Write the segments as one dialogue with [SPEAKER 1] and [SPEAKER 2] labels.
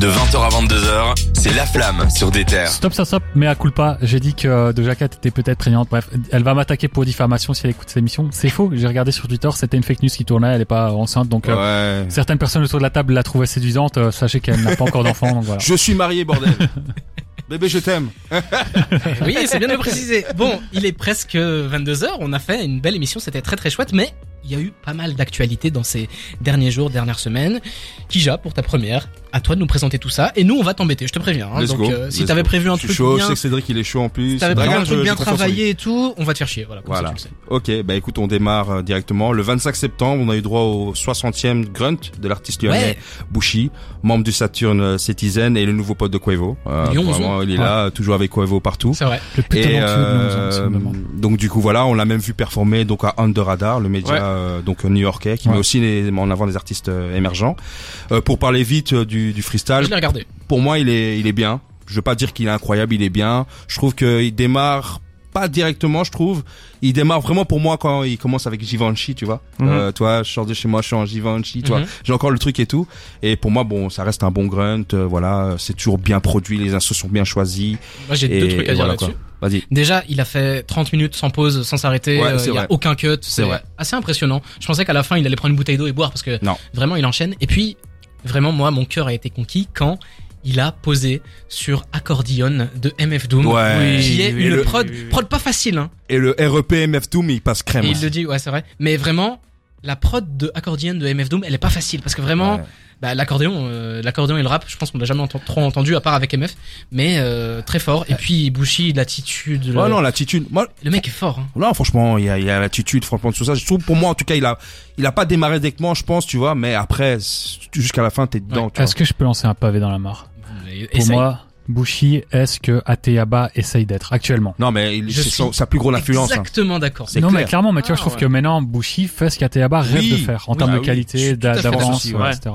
[SPEAKER 1] De 20h à 22h, c'est La Flamme sur des terres.
[SPEAKER 2] Stop, stop, stop, mais à coup pas. J'ai dit que euh, Doja Cat était peut-être prégnante. Bref, elle va m'attaquer pour diffamation si elle écoute cette émission. C'est faux. J'ai regardé sur Twitter, c'était une fake news qui tournait. Elle est pas enceinte, donc euh,
[SPEAKER 3] Ouais.
[SPEAKER 2] certaines personnes autour de la table la trouvaient séduisante. Euh, sachez qu'elle n'a pas encore d'enfant, donc voilà.
[SPEAKER 3] Je suis marié, bordel. Bébé, je t'aime.
[SPEAKER 4] Oui, c'est bien de le préciser. Bon, il est presque 22h, on a fait une belle émission, c'était très très chouette, mais il y a eu pas mal d'actualités dans ces derniers jours, dernières semaines. Kija, pour ta première, à toi de nous présenter tout ça, et nous on va t'embêter, je te préviens. hein.
[SPEAKER 3] Let's
[SPEAKER 4] Donc
[SPEAKER 3] go,
[SPEAKER 4] euh, si
[SPEAKER 3] let's
[SPEAKER 4] t'avais
[SPEAKER 3] go.
[SPEAKER 4] prévu un
[SPEAKER 3] Je suis
[SPEAKER 4] truc
[SPEAKER 3] chaud, je
[SPEAKER 4] bien,
[SPEAKER 3] sais que Cédric il est chaud en plus.
[SPEAKER 4] t'avais prévu
[SPEAKER 3] Dragan,
[SPEAKER 4] un
[SPEAKER 3] je-
[SPEAKER 4] truc
[SPEAKER 3] j'ai
[SPEAKER 4] bien
[SPEAKER 3] confiance en lui.
[SPEAKER 4] travaillé et tout, on va te faire chier, voilà. comme ça,
[SPEAKER 3] Voilà.
[SPEAKER 4] tu le sais.
[SPEAKER 3] Ok, bah écoute, on démarre euh, directement. Le 25 septembre, on a eu droit au 60e Grunt de l'artiste lyonnais
[SPEAKER 4] Ouais.
[SPEAKER 3] Bouchy, membre du Saturn Citizen et le nouveau pote de Quavo. Euh,
[SPEAKER 4] Lyon,
[SPEAKER 3] vraiment, il est là, toujours avec Quavo partout.
[SPEAKER 4] C'est vrai.
[SPEAKER 2] Le putain
[SPEAKER 3] Et
[SPEAKER 2] de
[SPEAKER 3] euh, donc du coup voilà, on l'a même vu performer donc à Under Radar, le média
[SPEAKER 2] Ouais.
[SPEAKER 3] euh, donc new-yorkais qui
[SPEAKER 2] Ouais.
[SPEAKER 3] met aussi les- en avant des artistes euh, émergents. Euh, pour parler vite euh, du, du freestyle,
[SPEAKER 4] Je l'ai regardé.
[SPEAKER 3] pour moi, il est, il est bien. Je veux pas dire qu'il est incroyable, il est bien. Je trouve qu'il démarre pas directement, je trouve. Il démarre vraiment pour moi quand il commence avec Givenchy, tu vois.
[SPEAKER 5] Mhm.
[SPEAKER 3] Euh, toi, je sors de chez moi, je suis en Givenchy, tu vois.
[SPEAKER 4] Mhm.
[SPEAKER 3] J'ai encore le truc et tout. Et pour moi, bon, ça reste un bon grunt. euh, voilà, c'est toujours bien produit, les insos sont bien choisis.
[SPEAKER 4] Moi j'ai
[SPEAKER 3] Et,
[SPEAKER 4] deux trucs à
[SPEAKER 3] et
[SPEAKER 4] dire
[SPEAKER 3] voilà,
[SPEAKER 4] là-dessus.
[SPEAKER 3] quoi. Vas-y.
[SPEAKER 4] Déjà, il a fait 30 minutes sans pause, sans s'arrêter.
[SPEAKER 3] Ouais,
[SPEAKER 4] euh,
[SPEAKER 3] c'est
[SPEAKER 4] il y a
[SPEAKER 3] vrai.
[SPEAKER 4] aucun cut. C'est
[SPEAKER 3] vrai.
[SPEAKER 4] assez impressionnant. Je pensais qu'à la fin, il allait prendre une bouteille d'eau et boire parce que
[SPEAKER 3] Non.
[SPEAKER 4] vraiment, il enchaîne. Et puis, vraiment, moi, mon cœur a été conquis quand il a posé sur Accordion de MF Doom,
[SPEAKER 3] Ouais.
[SPEAKER 4] qui est
[SPEAKER 5] Oui, oui,
[SPEAKER 4] une
[SPEAKER 5] oui,
[SPEAKER 4] prod,
[SPEAKER 5] oui, oui.
[SPEAKER 4] prod pas facile. Hein.
[SPEAKER 3] Et le E REP MF Doom, il passe crème.
[SPEAKER 4] Et il le dit, ouais, c'est vrai. Mais vraiment, la prod de Accordion de MF Doom, elle est pas facile parce que vraiment,
[SPEAKER 3] Ouais.
[SPEAKER 4] bah, l'accordéon, euh, l'accordéon et le rap, je pense qu'on l'a jamais enten- trop entendu à part avec MF, mais euh, très fort. Et puis Bushi, l'attitude, le,
[SPEAKER 3] Ouais, Oh non, l'attitude. Moi,
[SPEAKER 4] le mec est fort. hein.
[SPEAKER 3] Non, franchement, il y a, il y a l'attitude, franchement, tout ça. Je trouve, pour moi, en tout cas, il a, il a pas démarré directement, je pense, tu vois, mais après, c'est- jusqu'à la fin, t'es dedans, tu vois.
[SPEAKER 2] Est-ce que je peux lancer un pavé dans la mare
[SPEAKER 4] Et-
[SPEAKER 2] Pour
[SPEAKER 4] essaye.
[SPEAKER 2] moi, Bushi est ce que Ateaba essaye d'être actuellement.
[SPEAKER 3] Non, mais il-
[SPEAKER 4] Je
[SPEAKER 3] c'est
[SPEAKER 4] suis
[SPEAKER 3] son- sa plus grosse influence. hein.
[SPEAKER 4] Exactement d'accord.
[SPEAKER 3] C'est
[SPEAKER 2] non
[SPEAKER 3] clair.
[SPEAKER 2] mais clairement, mais tu vois,
[SPEAKER 5] Ah,
[SPEAKER 2] je trouve
[SPEAKER 5] ouais.
[SPEAKER 2] que maintenant Bushi fait ce qu'Ateaba rêve
[SPEAKER 3] Oui,
[SPEAKER 2] de faire en
[SPEAKER 3] oui,
[SPEAKER 2] termes
[SPEAKER 3] bah
[SPEAKER 2] de
[SPEAKER 3] oui,
[SPEAKER 4] je
[SPEAKER 2] qualité,
[SPEAKER 4] suis tout à
[SPEAKER 2] d'a-
[SPEAKER 4] fait d'accord
[SPEAKER 2] d'avance,
[SPEAKER 3] aussi,
[SPEAKER 2] euh,
[SPEAKER 5] ouais.
[SPEAKER 2] etc.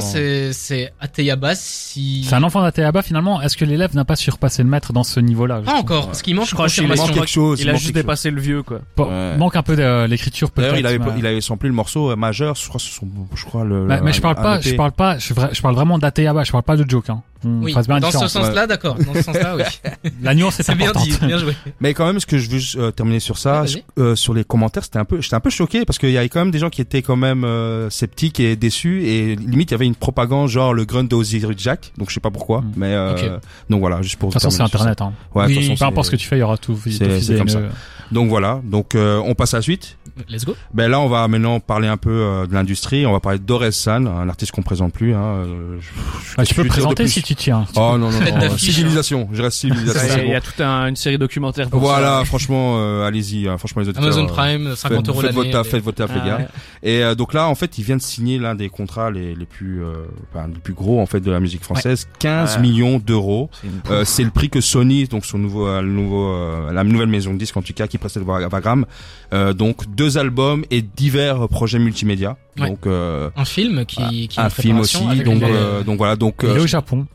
[SPEAKER 3] franchement.
[SPEAKER 4] c'est c'est Ateyaba si
[SPEAKER 2] C'est un enfant d'Ateaba finalement. Est-ce que l'élève n'a pas surpassé le maître dans ce niveau-là
[SPEAKER 4] pas Ah, encore, parce qu'il manque
[SPEAKER 5] Je crois
[SPEAKER 4] une
[SPEAKER 5] qu'il
[SPEAKER 3] Il
[SPEAKER 5] manque
[SPEAKER 3] manque
[SPEAKER 4] confirmation.
[SPEAKER 3] quelque chose.
[SPEAKER 5] Il a
[SPEAKER 3] manque
[SPEAKER 5] juste
[SPEAKER 3] quelque chose.
[SPEAKER 5] dépassé le vieux, quoi.
[SPEAKER 2] Po-
[SPEAKER 3] Ouais.
[SPEAKER 2] Manque un peu de euh, l'écriture peut-être.
[SPEAKER 3] D'ailleurs, il avait,
[SPEAKER 2] mais-
[SPEAKER 3] il avait samplé le morceau euh, majeur, je crois, sur son, je crois, le.
[SPEAKER 2] mais,
[SPEAKER 3] le-
[SPEAKER 2] mais je parle
[SPEAKER 3] un-
[SPEAKER 2] pas,
[SPEAKER 3] un
[SPEAKER 2] je
[SPEAKER 3] EP.
[SPEAKER 2] parle pas, je, vra- je parle vraiment d'Ateaba, je parle pas de joke. Hein. On
[SPEAKER 4] Oui,
[SPEAKER 2] fasse bien la
[SPEAKER 4] dans ce
[SPEAKER 2] différence.
[SPEAKER 4] sens-là, d'accord. Dans ce sens-là, oui.
[SPEAKER 2] La nuance est
[SPEAKER 4] C'est bien
[SPEAKER 2] importante.
[SPEAKER 4] dit, bien joué.
[SPEAKER 3] Mais quand même, ce que je veux juste, euh, terminer sur ça,
[SPEAKER 4] Ouais,
[SPEAKER 3] je-
[SPEAKER 4] vas-y.
[SPEAKER 3] euh, sur les commentaires, c'était un peu, j'étais un peu choqué parce qu'il y avait quand même des gens qui étaient quand même euh, sceptiques et déçus et limite il y avait une propagande genre le grunt de Osiris Jack, donc je sais pas pourquoi,
[SPEAKER 2] Mm.
[SPEAKER 3] mais euh,
[SPEAKER 4] Ok.
[SPEAKER 3] donc voilà, juste pour.
[SPEAKER 2] De toute façon, c'est
[SPEAKER 3] terminer sur ça.
[SPEAKER 2] Internet. Hein.
[SPEAKER 3] Ouais, Bah,
[SPEAKER 4] Oui,
[SPEAKER 3] de toute façon,
[SPEAKER 2] Peu importe
[SPEAKER 3] c'est-
[SPEAKER 2] ce que tu fais, il y aura tout. il y a
[SPEAKER 3] c'est-
[SPEAKER 2] tout
[SPEAKER 3] c'est
[SPEAKER 2] des-
[SPEAKER 3] comme ça.
[SPEAKER 2] le- Bah,
[SPEAKER 3] Donc voilà, donc euh, on passe à la suite.
[SPEAKER 4] Let's go.
[SPEAKER 3] Ben là, on va maintenant parler un peu euh, de l'industrie. On va parler de Dores San, un artiste qu'on présente plus. Hein. euh, je- je-
[SPEAKER 2] Ah,
[SPEAKER 3] je
[SPEAKER 2] tu peux
[SPEAKER 3] suis
[SPEAKER 2] le
[SPEAKER 3] sûr
[SPEAKER 2] présenter
[SPEAKER 3] de
[SPEAKER 2] si
[SPEAKER 3] plus.
[SPEAKER 2] tu tiens.
[SPEAKER 3] Oh non non,
[SPEAKER 4] Tête
[SPEAKER 3] non
[SPEAKER 4] d'affiche,
[SPEAKER 3] civilisation, je reste
[SPEAKER 5] Ça,
[SPEAKER 3] civilisation.
[SPEAKER 5] Il y a- il y a toute un- une série documentaire pour
[SPEAKER 3] Voilà,
[SPEAKER 5] ça.
[SPEAKER 3] franchement, euh, allez-y, hein, franchement les auditeurs.
[SPEAKER 4] Amazon
[SPEAKER 3] euh,
[SPEAKER 4] Prime,
[SPEAKER 3] Faites,
[SPEAKER 4] 50 euros
[SPEAKER 3] faites votre
[SPEAKER 4] l'année.
[SPEAKER 3] taf, faites votre taf, les
[SPEAKER 5] Ah,
[SPEAKER 3] gars.
[SPEAKER 5] ouais.
[SPEAKER 3] Et euh, donc là, en fait, il vient de signer l'un des contrats les, les plus, euh, enfin, les plus gros en fait de la musique française, 15
[SPEAKER 5] Ouais.
[SPEAKER 3] millions d'euros. Euh, c'est le prix que Sony, donc son nouveau, euh, le nouveau, euh, la nouvelle maison de disques en tout cas qui précède Vag- Vagram, euh, donc deux albums et divers projets multimédia.
[SPEAKER 4] Ouais.
[SPEAKER 3] Donc euh,
[SPEAKER 4] Un film qui, qui est en
[SPEAKER 3] un film aussi.
[SPEAKER 4] préparation avec
[SPEAKER 3] Donc,
[SPEAKER 4] les-
[SPEAKER 3] euh, donc voilà, donc
[SPEAKER 2] Il est
[SPEAKER 3] euh,
[SPEAKER 2] au Japon.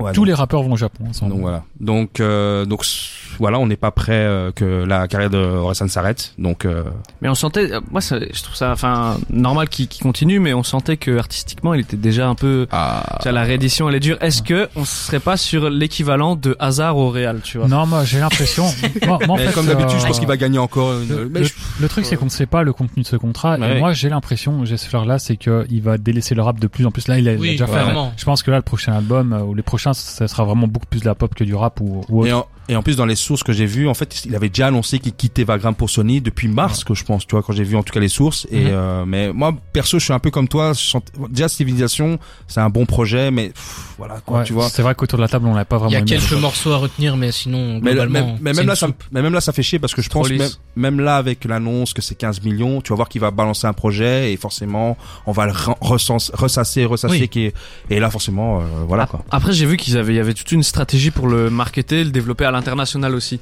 [SPEAKER 3] ouais,
[SPEAKER 2] Tous
[SPEAKER 3] donc-
[SPEAKER 2] les rappeurs vont au Japon. ensemble.
[SPEAKER 3] donc voilà. Donc euh, donc s- voilà, on n'est pas prêt euh, que la carrière de Orelsan s'arrête. Donc euh,
[SPEAKER 5] Mais on sentait, euh, moi ça- je trouve ça, enfin, normal qu'il qu'il continue, mais on sentait que artistiquement il était déjà un peu,
[SPEAKER 3] Ah.
[SPEAKER 5] tu vois, la réédition elle est dure. Est-ce que on serait pas sur l'équivalent de Hazard au Real, tu vois
[SPEAKER 2] Non, moi j'ai l'impression. moi, moi, en
[SPEAKER 3] mais
[SPEAKER 2] fait,
[SPEAKER 3] comme d'habitude, je pense
[SPEAKER 2] euh,
[SPEAKER 3] qu'il va gagner encore. une-
[SPEAKER 2] Le,
[SPEAKER 3] mais
[SPEAKER 2] le-
[SPEAKER 3] je-
[SPEAKER 2] le truc, c'est qu'on ne sait pas le contenu de ce contrat.
[SPEAKER 3] Ouais.
[SPEAKER 2] Et moi, j'ai l'impression, j'ai ce fleur-là, c'est qu'il va délaisser le rap de plus en plus. Là, il a, il a
[SPEAKER 4] Oui,
[SPEAKER 2] déjà fait.
[SPEAKER 4] clairement.
[SPEAKER 2] Je pense que là, le prochain album euh, ou les prochains, ça sera vraiment beaucoup plus de la pop que du rap ou, ou
[SPEAKER 3] Et
[SPEAKER 2] autre.
[SPEAKER 3] en, et en plus, dans les sources que j'ai vues, en fait, il avait déjà annoncé qu'il quittait Vagram pour Sony depuis mars, que je pense, tu vois, quand j'ai vu en tout cas les sources. Et
[SPEAKER 4] Mhm.
[SPEAKER 3] euh, mais moi, perso, je suis un peu comme toi. je sens- Déjà, Civilisation, c'est un bon projet, mais pff, voilà, quoi,
[SPEAKER 2] Ouais,
[SPEAKER 3] tu vois.
[SPEAKER 2] C'est vrai qu'autour de la table, on l'a pas vraiment.
[SPEAKER 4] Il y a
[SPEAKER 2] aimé.
[SPEAKER 4] quelques morceaux à retenir, mais sinon,
[SPEAKER 3] Mais, le- mais-
[SPEAKER 4] globalement.
[SPEAKER 3] mais
[SPEAKER 4] c'est
[SPEAKER 3] même là,
[SPEAKER 4] une
[SPEAKER 3] ça,
[SPEAKER 4] soupe.
[SPEAKER 3] mais même là, ça fait chier parce que je
[SPEAKER 5] Trop
[SPEAKER 3] pense même,
[SPEAKER 5] lisse.
[SPEAKER 3] même là avec l'annonce que c'est 15 millions, tu vas voir qu'il va balancer un projet et forcément, on va le re- recense- ressasser, ressasser,
[SPEAKER 4] Oui. Ah.
[SPEAKER 3] qui est- et là forcément, euh, voilà quoi.
[SPEAKER 5] Après j'ai vu qu'ils avaient, il y avait toute une stratégie pour le marketer, le développer à l'international aussi.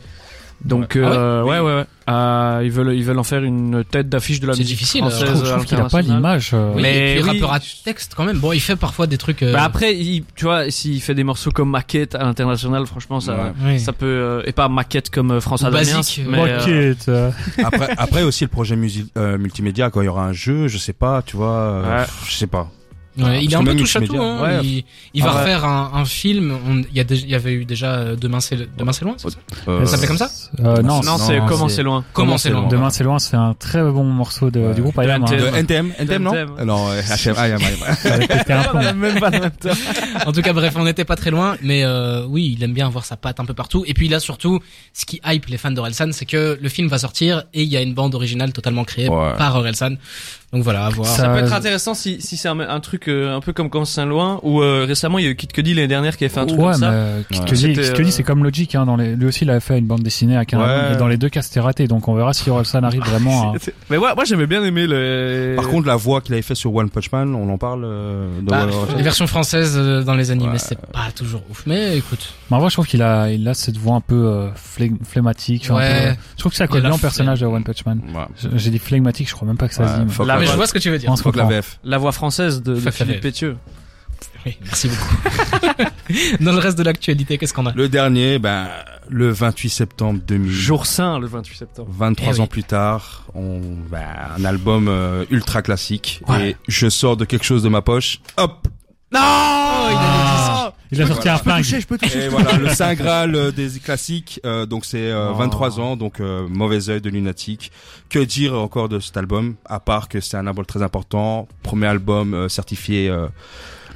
[SPEAKER 5] Donc
[SPEAKER 4] Ah
[SPEAKER 5] euh, ouais ouais ouais, Euh, ils veulent ils veulent en faire une tête d'affiche de la
[SPEAKER 4] C'est
[SPEAKER 5] musique
[SPEAKER 4] difficile,
[SPEAKER 2] Je
[SPEAKER 5] française
[SPEAKER 2] trouve, euh, je trouve qu'il a pas
[SPEAKER 5] internationale.
[SPEAKER 2] l'image. euh,
[SPEAKER 4] Oui,
[SPEAKER 5] Mais
[SPEAKER 4] et puis,
[SPEAKER 5] oui.
[SPEAKER 4] rappeur à texte quand même. Bon, il fait parfois des trucs. euh,
[SPEAKER 5] Bah après, il- tu vois, s'il fait des morceaux comme maquette à l'international, franchement, ça,
[SPEAKER 4] oui.
[SPEAKER 5] ça peut euh, et pas maquette comme euh, France
[SPEAKER 4] Ou
[SPEAKER 5] Adamien,
[SPEAKER 4] basique,
[SPEAKER 5] mais,
[SPEAKER 4] ouais.
[SPEAKER 5] euh,
[SPEAKER 2] Rocket, euh,
[SPEAKER 3] après, après aussi le projet musi- euh, multimédia quand il y aura un jeu, je sais pas, tu vois, euh,
[SPEAKER 5] Ouais.
[SPEAKER 3] pff, je sais pas.
[SPEAKER 4] Ouais,
[SPEAKER 3] Ah,
[SPEAKER 4] il
[SPEAKER 3] parce
[SPEAKER 4] est un
[SPEAKER 3] que
[SPEAKER 4] peu
[SPEAKER 3] même
[SPEAKER 4] touche à tout.
[SPEAKER 3] Multimédia.
[SPEAKER 4] hein.
[SPEAKER 5] Ouais.
[SPEAKER 4] Il, il
[SPEAKER 5] Ah
[SPEAKER 4] va
[SPEAKER 5] ouais.
[SPEAKER 4] refaire un, un film. On- il, y a déjà- il y avait eu déjà euh, Demain c'est Demain c'est loin. c'est ça
[SPEAKER 3] Euh,
[SPEAKER 4] Ça s'appelle comme ça
[SPEAKER 2] Euh, non,
[SPEAKER 5] Non, c'est comment c'est loin.
[SPEAKER 4] Comment c'est loin
[SPEAKER 2] Demain c'est loin, c'est un très bon morceau de,
[SPEAKER 3] Ouais.
[SPEAKER 2] du groupe Ah,
[SPEAKER 5] De
[SPEAKER 2] IAM.
[SPEAKER 5] NTM.
[SPEAKER 3] de NTM, NTM, non
[SPEAKER 5] NTM.
[SPEAKER 3] Non, euh, HM, ah, yeah, yeah, yeah.
[SPEAKER 2] Ah,
[SPEAKER 5] Même pas le temps.
[SPEAKER 4] En tout cas, bref, on n'était pas très loin, mais euh, oui, il aime bien avoir sa patte un peu partout. Et puis là, surtout, ce qui hype les fans d'Orelsan, c'est que le film va sortir et il y a une bande originale totalement créée
[SPEAKER 3] Ouais.
[SPEAKER 4] par Orelsan. Donc voilà, à voir.
[SPEAKER 2] Ça-
[SPEAKER 5] Ça peut être intéressant si, si c'est un, un truc euh, un peu comme quand c'est loin ou euh, récemment il y a eu Kid Cudi l'année dernière qui a fait un truc
[SPEAKER 2] ouais,
[SPEAKER 5] comme
[SPEAKER 2] mais
[SPEAKER 5] ça.
[SPEAKER 2] euh, Kid
[SPEAKER 3] Ouais.
[SPEAKER 2] Cudi,
[SPEAKER 5] C'était,
[SPEAKER 2] Kid Cudi,
[SPEAKER 5] euh,
[SPEAKER 2] c'est comme Logic, hein, dans les, lui aussi il avait fait une bande dessinée à 15
[SPEAKER 3] Ouais.
[SPEAKER 2] et dans les deux cas c'était raté, donc on verra si Orelsan arrive vraiment à...
[SPEAKER 5] Mais ouais, moi j'avais bien aimé le.
[SPEAKER 3] Par contre, la voix qu'il avait fait sur One Punch Man, on en parle euh, dans
[SPEAKER 4] Bah,
[SPEAKER 3] dans-
[SPEAKER 4] les versions françaises euh, dans les animés,
[SPEAKER 3] Ouais.
[SPEAKER 4] c'est pas toujours ouf, mais écoute.
[SPEAKER 2] Mais en vrai je trouve qu'il a, il a cette voix un peu euh, flég- flegmatique, je,
[SPEAKER 4] Ouais.
[SPEAKER 2] euh, je trouve que ça
[SPEAKER 4] Il
[SPEAKER 2] colle
[SPEAKER 4] a
[SPEAKER 2] bien au
[SPEAKER 4] la
[SPEAKER 2] personnage de One Punch Man.
[SPEAKER 3] Ouais.
[SPEAKER 2] Je- J'ai dit flegmatique, je crois même pas que ça
[SPEAKER 3] Ah, Ouais,
[SPEAKER 2] se dit. mais-
[SPEAKER 3] fuck
[SPEAKER 5] La-
[SPEAKER 3] la
[SPEAKER 4] mais je
[SPEAKER 5] voix-
[SPEAKER 3] VF.
[SPEAKER 4] vois ce que tu veux dire.
[SPEAKER 2] On se
[SPEAKER 3] Fuck la
[SPEAKER 2] comprend.
[SPEAKER 3] VF.
[SPEAKER 5] la voix française de, de
[SPEAKER 4] Fuck la
[SPEAKER 5] Philippe
[SPEAKER 4] VF.
[SPEAKER 5] Pétieux.
[SPEAKER 4] Oui, merci beaucoup. dans le reste de l'actualité, qu'est-ce qu'on a
[SPEAKER 3] Le dernier, ben, le 28 septembre 2000.
[SPEAKER 5] Jour saint le 28 septembre.
[SPEAKER 3] 23
[SPEAKER 4] Eh oui.
[SPEAKER 3] ans plus tard, on, ben, un album euh, ultra classique
[SPEAKER 4] Ouais.
[SPEAKER 3] et je sors de quelque chose de ma poche. Hop.
[SPEAKER 4] Oh,
[SPEAKER 2] Ah, il a sorti un flingue.
[SPEAKER 3] Et voilà, le saint graal euh, des classiques. euh, donc c'est euh,
[SPEAKER 5] Oh.
[SPEAKER 3] 23 ans, donc euh, mauvais œil de lunatique. Que dire encore de cet album à part que c'est un album très important, premier album euh, certifié. euh,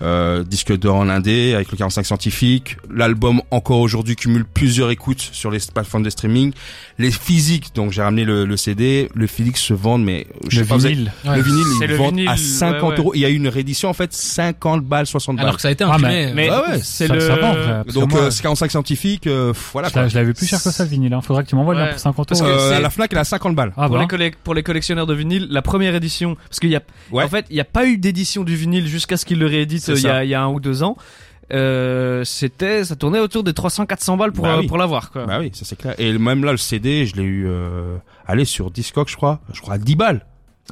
[SPEAKER 3] euh, disque d'or en indé avec le 45 scientifique. L'album encore aujourd'hui cumule plusieurs écoutes sur les plateformes de streaming. Les physiques, donc j'ai ramené le, le CD, le physique se vend mais je
[SPEAKER 2] Le
[SPEAKER 3] sais pas, vous avez-
[SPEAKER 2] vinyle.
[SPEAKER 4] Ouais.
[SPEAKER 3] le vinyle,
[SPEAKER 5] C'est
[SPEAKER 3] il
[SPEAKER 5] le
[SPEAKER 3] vend
[SPEAKER 5] vinyle,
[SPEAKER 3] à
[SPEAKER 5] ouais,
[SPEAKER 3] 50
[SPEAKER 5] ouais.
[SPEAKER 3] euros. Il y a eu une réédition en fait 50 balles, 60 balles.
[SPEAKER 4] Alors que ça a été
[SPEAKER 2] Ah,
[SPEAKER 4] imprimé. euh,
[SPEAKER 5] Mais
[SPEAKER 3] Ah ouais,
[SPEAKER 5] c'est
[SPEAKER 2] Ça-
[SPEAKER 5] le.
[SPEAKER 2] ça vend, frère, parce que
[SPEAKER 3] Donc
[SPEAKER 2] moi,
[SPEAKER 3] euh, c'est 45 scientifique, euh, pff, voilà
[SPEAKER 2] je l'a-
[SPEAKER 3] quoi.
[SPEAKER 2] je l'avais plus cher que ça le vinyle, hein. faudrait que tu m'envoies là
[SPEAKER 5] Ouais.
[SPEAKER 2] pour 50
[SPEAKER 5] Parce
[SPEAKER 2] euros.
[SPEAKER 5] que
[SPEAKER 3] Euh,
[SPEAKER 5] c'est-
[SPEAKER 3] la Fnac elle a 50 balles.
[SPEAKER 2] Ah
[SPEAKER 5] pour,
[SPEAKER 2] bah,
[SPEAKER 5] les collè- pour les collectionneurs de vinyle, la première édition, parce qu'il y a,
[SPEAKER 3] Ouais.
[SPEAKER 5] en fait, il n'y a pas eu d'édition du vinyle jusqu'à ce qu'ils le rééditent
[SPEAKER 3] C'est
[SPEAKER 5] euh, il y,
[SPEAKER 3] ça.
[SPEAKER 5] a- il y a un ou deux ans. Euh, c'était, ça tournait autour des 300-400 balles pour
[SPEAKER 3] Bah
[SPEAKER 5] euh,
[SPEAKER 3] oui.
[SPEAKER 5] pour l'avoir quoi.
[SPEAKER 3] Bah oui, ça c'est clair. Et même là le CD, je l'ai eu euh, allez sur Discog je crois, je crois à 10 balles.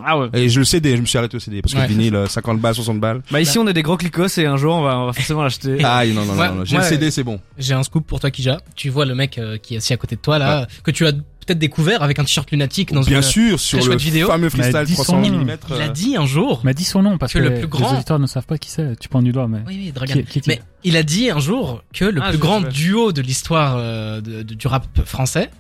[SPEAKER 5] Ah ouais.
[SPEAKER 3] Et je le CD, je me suis arrêté au CD parce que
[SPEAKER 4] Ouais.
[SPEAKER 3] le vinyle euh, 50 balles, 60 balles.
[SPEAKER 5] Bah ici on est des gros clicos et un jour on va, on va forcément l'acheter.
[SPEAKER 3] Ah non non non,
[SPEAKER 4] Ouais,
[SPEAKER 3] non, j'ai
[SPEAKER 4] ouais.
[SPEAKER 3] le CD, c'est bon.
[SPEAKER 4] J'ai un scoop pour toi, Kija. Tu vois le mec euh, qui est assis à côté de toi là, que tu as peut-être découvert avec un t-shirt lunatique dans
[SPEAKER 3] Bien
[SPEAKER 4] une.
[SPEAKER 3] sûr, sur le
[SPEAKER 4] chouette vidéo.
[SPEAKER 3] fameux freestyle
[SPEAKER 2] Mais 10
[SPEAKER 3] 300
[SPEAKER 2] 000.
[SPEAKER 3] mm.
[SPEAKER 4] Il a dit un jour.
[SPEAKER 2] Mais dis son nom parce que,
[SPEAKER 4] Que le
[SPEAKER 2] les-
[SPEAKER 4] plus grand-
[SPEAKER 2] les auditeurs ne savent pas qui c'est, tu prends du doigt mais...
[SPEAKER 4] Oui, oui, Dragan.
[SPEAKER 2] Qui- qui est-il
[SPEAKER 4] Mais il a dit un jour que le
[SPEAKER 5] Ah,
[SPEAKER 4] plus
[SPEAKER 5] je-
[SPEAKER 4] grand
[SPEAKER 5] je-
[SPEAKER 4] duo de l'histoire euh, de- de- du rap français,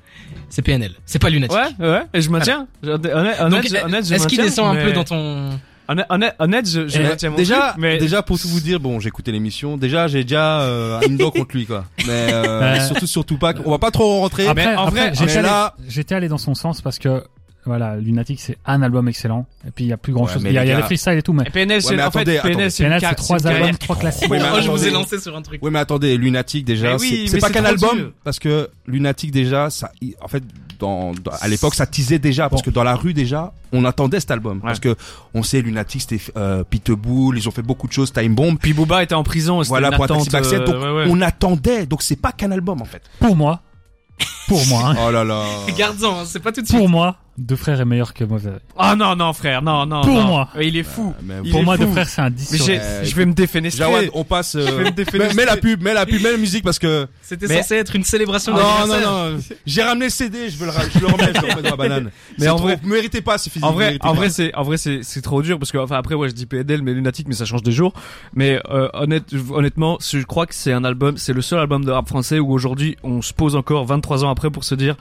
[SPEAKER 4] c'est PNL. C'est pas Lunatic.
[SPEAKER 5] Ouais, ouais, et je maintiens. Je- Honnête, honnête,
[SPEAKER 4] Donc,
[SPEAKER 5] je- honnête, je
[SPEAKER 4] est-ce qu'il
[SPEAKER 5] maintiens,
[SPEAKER 4] descend un
[SPEAKER 5] mais-
[SPEAKER 4] peu dans ton
[SPEAKER 5] Honn- Honnête, honnête, je, je
[SPEAKER 3] Eh,
[SPEAKER 5] maintiens mon
[SPEAKER 3] déjà,
[SPEAKER 5] truc, mais
[SPEAKER 3] déjà pour tout vous dire, bon, j'ai écouté l'émission. Déjà, j'ai déjà euh, un dos contre lui, quoi. Mais euh,
[SPEAKER 2] Ouais.
[SPEAKER 3] surtout sur Tupac, on va pas trop rentrer.
[SPEAKER 2] Après,
[SPEAKER 5] mais en
[SPEAKER 2] après,
[SPEAKER 5] vrai,
[SPEAKER 2] j'étais
[SPEAKER 3] mais
[SPEAKER 2] allé,
[SPEAKER 3] là-
[SPEAKER 2] j'étais allé dans son sens parce que voilà, Lunatic c'est un album excellent et puis il y a plus grand
[SPEAKER 3] Ouais,
[SPEAKER 2] chose.
[SPEAKER 3] mais
[SPEAKER 2] Il y, a
[SPEAKER 3] les
[SPEAKER 2] il y a
[SPEAKER 3] gars-
[SPEAKER 2] les freestyles et tout, mais
[SPEAKER 5] Et PNL, c'est
[SPEAKER 3] mais
[SPEAKER 5] en fait,
[SPEAKER 3] attendez,
[SPEAKER 5] PNL, c'est une
[SPEAKER 2] PNL
[SPEAKER 5] car-
[SPEAKER 2] c'est trois
[SPEAKER 5] c'est une
[SPEAKER 2] albums,
[SPEAKER 5] carrière.
[SPEAKER 2] trois classiques.
[SPEAKER 3] Oui, mais
[SPEAKER 4] Oh, je vous ai
[SPEAKER 3] attendez.
[SPEAKER 4] lancé sur un truc.
[SPEAKER 3] Oui, mais attendez, Lunatic déjà,
[SPEAKER 5] Mais Eh oui,
[SPEAKER 3] c'est- c'est
[SPEAKER 5] mais
[SPEAKER 3] pas
[SPEAKER 5] c'est
[SPEAKER 3] qu'un
[SPEAKER 5] trop
[SPEAKER 3] album
[SPEAKER 5] dur.
[SPEAKER 3] parce que Lunatic déjà, ça, il- en fait, dans, dans- à l'époque, ça teasait déjà parce que dans la rue déjà, on attendait cet album parce que on sait Lunatic, c'était euh, Pitbull, ils ont fait beaucoup de choses, Time Bomb.
[SPEAKER 5] Puis Booba était en prison, Oh, c'était
[SPEAKER 3] Voilà
[SPEAKER 5] une
[SPEAKER 3] pour un taxi
[SPEAKER 5] attente,
[SPEAKER 3] Backseat,
[SPEAKER 5] euh,
[SPEAKER 3] donc
[SPEAKER 5] ouais, ouais.
[SPEAKER 3] on attendait, donc c'est pas qu'un album en fait.
[SPEAKER 2] Pour moi, pour moi, hein,
[SPEAKER 3] Oh là là.
[SPEAKER 4] Garde-en, hein, c'est pas tout de suite.
[SPEAKER 2] pour moi, Deux Frères est meilleur que Mauvais. Oeil.
[SPEAKER 5] Ah non, non, frère, non, non.
[SPEAKER 2] Pour
[SPEAKER 5] non.
[SPEAKER 2] moi.
[SPEAKER 5] Mais Il est fou.
[SPEAKER 3] Mais
[SPEAKER 5] Il
[SPEAKER 2] Pour
[SPEAKER 5] est
[SPEAKER 2] moi,
[SPEAKER 5] fou.
[SPEAKER 2] Deux Frères c'est un 10
[SPEAKER 5] Mais
[SPEAKER 2] sur
[SPEAKER 5] j'ai-
[SPEAKER 3] Euh,
[SPEAKER 5] je vais me défénestrer.
[SPEAKER 3] Jawad, on passe. euh,
[SPEAKER 5] vais me
[SPEAKER 3] mets,
[SPEAKER 5] défenestrer.
[SPEAKER 3] mets la pub, mets la pub, mets la musique parce que.
[SPEAKER 4] C'était
[SPEAKER 5] Mais- Ah,
[SPEAKER 4] censé être une célébration
[SPEAKER 3] Non, non,
[SPEAKER 4] d'anniversaire.
[SPEAKER 3] non. J'ai ramené le CD, je veux le, ra- je le remets, je le remets dans la banane.
[SPEAKER 5] Mais
[SPEAKER 3] C'est
[SPEAKER 5] en
[SPEAKER 3] trop-
[SPEAKER 5] vrai-
[SPEAKER 3] vous méritez pas, c'est physique.
[SPEAKER 5] En
[SPEAKER 3] vous
[SPEAKER 5] vrai,
[SPEAKER 3] méritez
[SPEAKER 5] en
[SPEAKER 3] pas.
[SPEAKER 5] vrai, c'est, en vrai, c'est, c'est trop dur parce que, enfin, après, ouais, je dis PNL, mais lunatique, mais ça change des jours. Mais euh, honnête, honnêtement, je crois que c'est un album, c'est le seul album de rap français où aujourd'hui, on se pose encore 23 ans après pour se dire,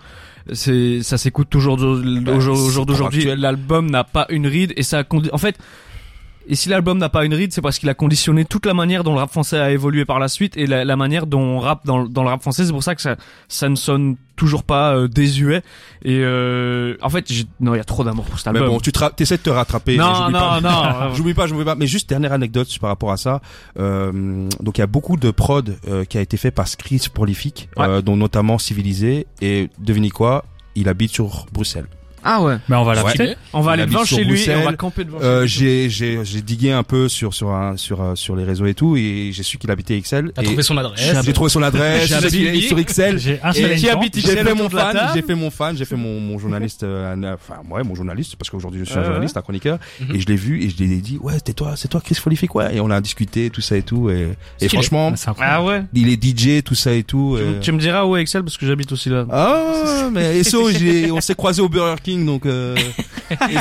[SPEAKER 5] c'est, ça s'écoute toujours d'au- au jour, au
[SPEAKER 3] Bah, c'est
[SPEAKER 5] jour d'aujourd'hui.
[SPEAKER 3] encore
[SPEAKER 5] L'album n'a pas une ride et ça a condi- en fait. Et si l'album n'a pas une ride, c'est parce qu'il a conditionné toute la manière dont le rap français a évolué par la suite et la, la manière dont on rappe dans, le- dans le rap français. C'est pour ça que ça, ça ne sonne toujours pas euh, désuet. Et euh, en fait, j'ai- non, il y a trop d'amour pour cet
[SPEAKER 3] Mais
[SPEAKER 5] album.
[SPEAKER 3] bon, tu te ra- t'essaies de te rattraper.
[SPEAKER 5] Non,
[SPEAKER 3] j'oublie
[SPEAKER 5] non,
[SPEAKER 3] pas.
[SPEAKER 5] non.
[SPEAKER 3] J'oublie pas, j'oublie pas. Mais juste dernière anecdote par rapport à ça. Euh, donc il y a beaucoup de prod euh, qui a été fait par Chris Prolifique,
[SPEAKER 5] Ouais.
[SPEAKER 3] euh, dont notamment Civilisé. Et devinez quoi Il habite sur Bruxelles.
[SPEAKER 5] Ah ouais.
[SPEAKER 2] Mais on va
[SPEAKER 3] Ouais.
[SPEAKER 2] l'inviter.
[SPEAKER 5] On va
[SPEAKER 3] Il
[SPEAKER 5] aller
[SPEAKER 3] habite
[SPEAKER 5] devant
[SPEAKER 3] sur
[SPEAKER 5] chez lui et
[SPEAKER 3] Bruxelles.
[SPEAKER 5] on va camper devant
[SPEAKER 3] Euh,
[SPEAKER 5] chez
[SPEAKER 3] j'ai
[SPEAKER 5] lui.
[SPEAKER 3] j'ai j'ai digué un peu sur sur un, sur euh, sur les réseaux et tout, et j'ai su qu'il habitait Excel.
[SPEAKER 4] T'as
[SPEAKER 3] Et
[SPEAKER 4] trouvé son adresse.
[SPEAKER 3] J'ai trouvé son adresse.
[SPEAKER 5] J'ai
[SPEAKER 3] J'ai
[SPEAKER 5] appuyé.
[SPEAKER 3] suivi sur Excel.
[SPEAKER 2] J'ai un
[SPEAKER 5] Et
[SPEAKER 2] seul
[SPEAKER 5] qui
[SPEAKER 2] habitant.
[SPEAKER 5] habite-
[SPEAKER 3] J'ai
[SPEAKER 5] Michel
[SPEAKER 3] fait,
[SPEAKER 5] autour
[SPEAKER 3] mon
[SPEAKER 5] de la
[SPEAKER 3] fan,
[SPEAKER 5] table.
[SPEAKER 3] j'ai fait mon fan, j'ai fait mon, mon journaliste, euh, un- enfin ouais, mon journaliste, parce qu'aujourd'hui je suis
[SPEAKER 5] Ouais,
[SPEAKER 3] un journaliste, un chroniqueur, et je l'ai vu et je lui ai dit ouais c'était toi, c'est toi Chris Prolifique ouais, et on a discuté tout ça et tout et, et
[SPEAKER 4] Stylé.
[SPEAKER 3] franchement
[SPEAKER 2] Ah, c'est incroyable.
[SPEAKER 5] Ah ouais.
[SPEAKER 3] il est DJ tout ça et tout. euh,
[SPEAKER 5] Tu,
[SPEAKER 3] et-
[SPEAKER 5] me- tu me diras où est Excel parce que j'habite aussi là.
[SPEAKER 3] Ah mais et so, j'ai- on s'est croisé au Burger King, donc euh,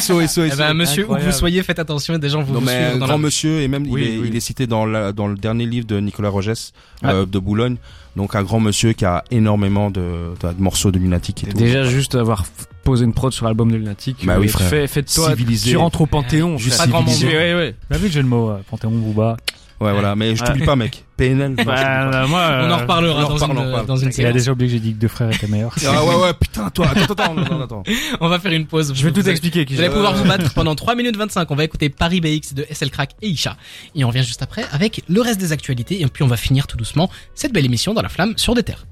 [SPEAKER 3] SO, SO,
[SPEAKER 4] Eh ben, monsieur, où que vous
[SPEAKER 5] incroyable.
[SPEAKER 4] soyez, faites attention et des gens vont
[SPEAKER 3] Non,
[SPEAKER 4] vous
[SPEAKER 3] mais
[SPEAKER 4] suivre dans la
[SPEAKER 3] grand monsieur et même
[SPEAKER 5] Oui,
[SPEAKER 3] il, est,
[SPEAKER 5] oui.
[SPEAKER 3] il est cité dans, la- dans le dernier livre de Nicolas Rogès euh, de Boulogne donc un grand monsieur qui a énormément de, de- de morceaux de lunatique et tout
[SPEAKER 5] Déjà, juste avoir f- posé une prod sur l'album de Lunatic.
[SPEAKER 3] Bah
[SPEAKER 5] euh,
[SPEAKER 3] oui, frère.
[SPEAKER 5] Fais, fais-toi.
[SPEAKER 3] Civilisé.
[SPEAKER 5] Tu rentres au Panthéon.
[SPEAKER 3] Juste
[SPEAKER 5] frère. Pas grand monde.
[SPEAKER 3] civilisé.
[SPEAKER 5] Ouais, ouais.
[SPEAKER 2] T'as vu le jeu de mots, euh, Panthéon Booba
[SPEAKER 3] ouais voilà mais je t'oublie pas mec PNL non, je t'oublie pas.
[SPEAKER 5] Bah, moi,
[SPEAKER 4] On
[SPEAKER 5] euh,
[SPEAKER 4] en reparlera
[SPEAKER 3] on en
[SPEAKER 4] dans,
[SPEAKER 3] reparle, on
[SPEAKER 4] une,
[SPEAKER 3] reparle.
[SPEAKER 4] dans une
[SPEAKER 2] Il a
[SPEAKER 4] séquence.
[SPEAKER 2] déjà oublié que j'ai dit que deux frères étaient meilleurs.
[SPEAKER 3] ah ouais ouais putain toi attends attends attends, attends, attends.
[SPEAKER 4] On va faire une pause.
[SPEAKER 5] Je vais
[SPEAKER 4] Vous
[SPEAKER 5] tout
[SPEAKER 4] allez-
[SPEAKER 5] expliquer. qui
[SPEAKER 4] Vous allez
[SPEAKER 5] j'ai.
[SPEAKER 4] pouvoir vous battre pendant 3 minutes 25. On va écouter Paris BX de SL Crack et Isha. Et on revient juste après avec le reste des actualités. Et puis on va finir tout doucement cette belle émission dans la flamme sur des terres.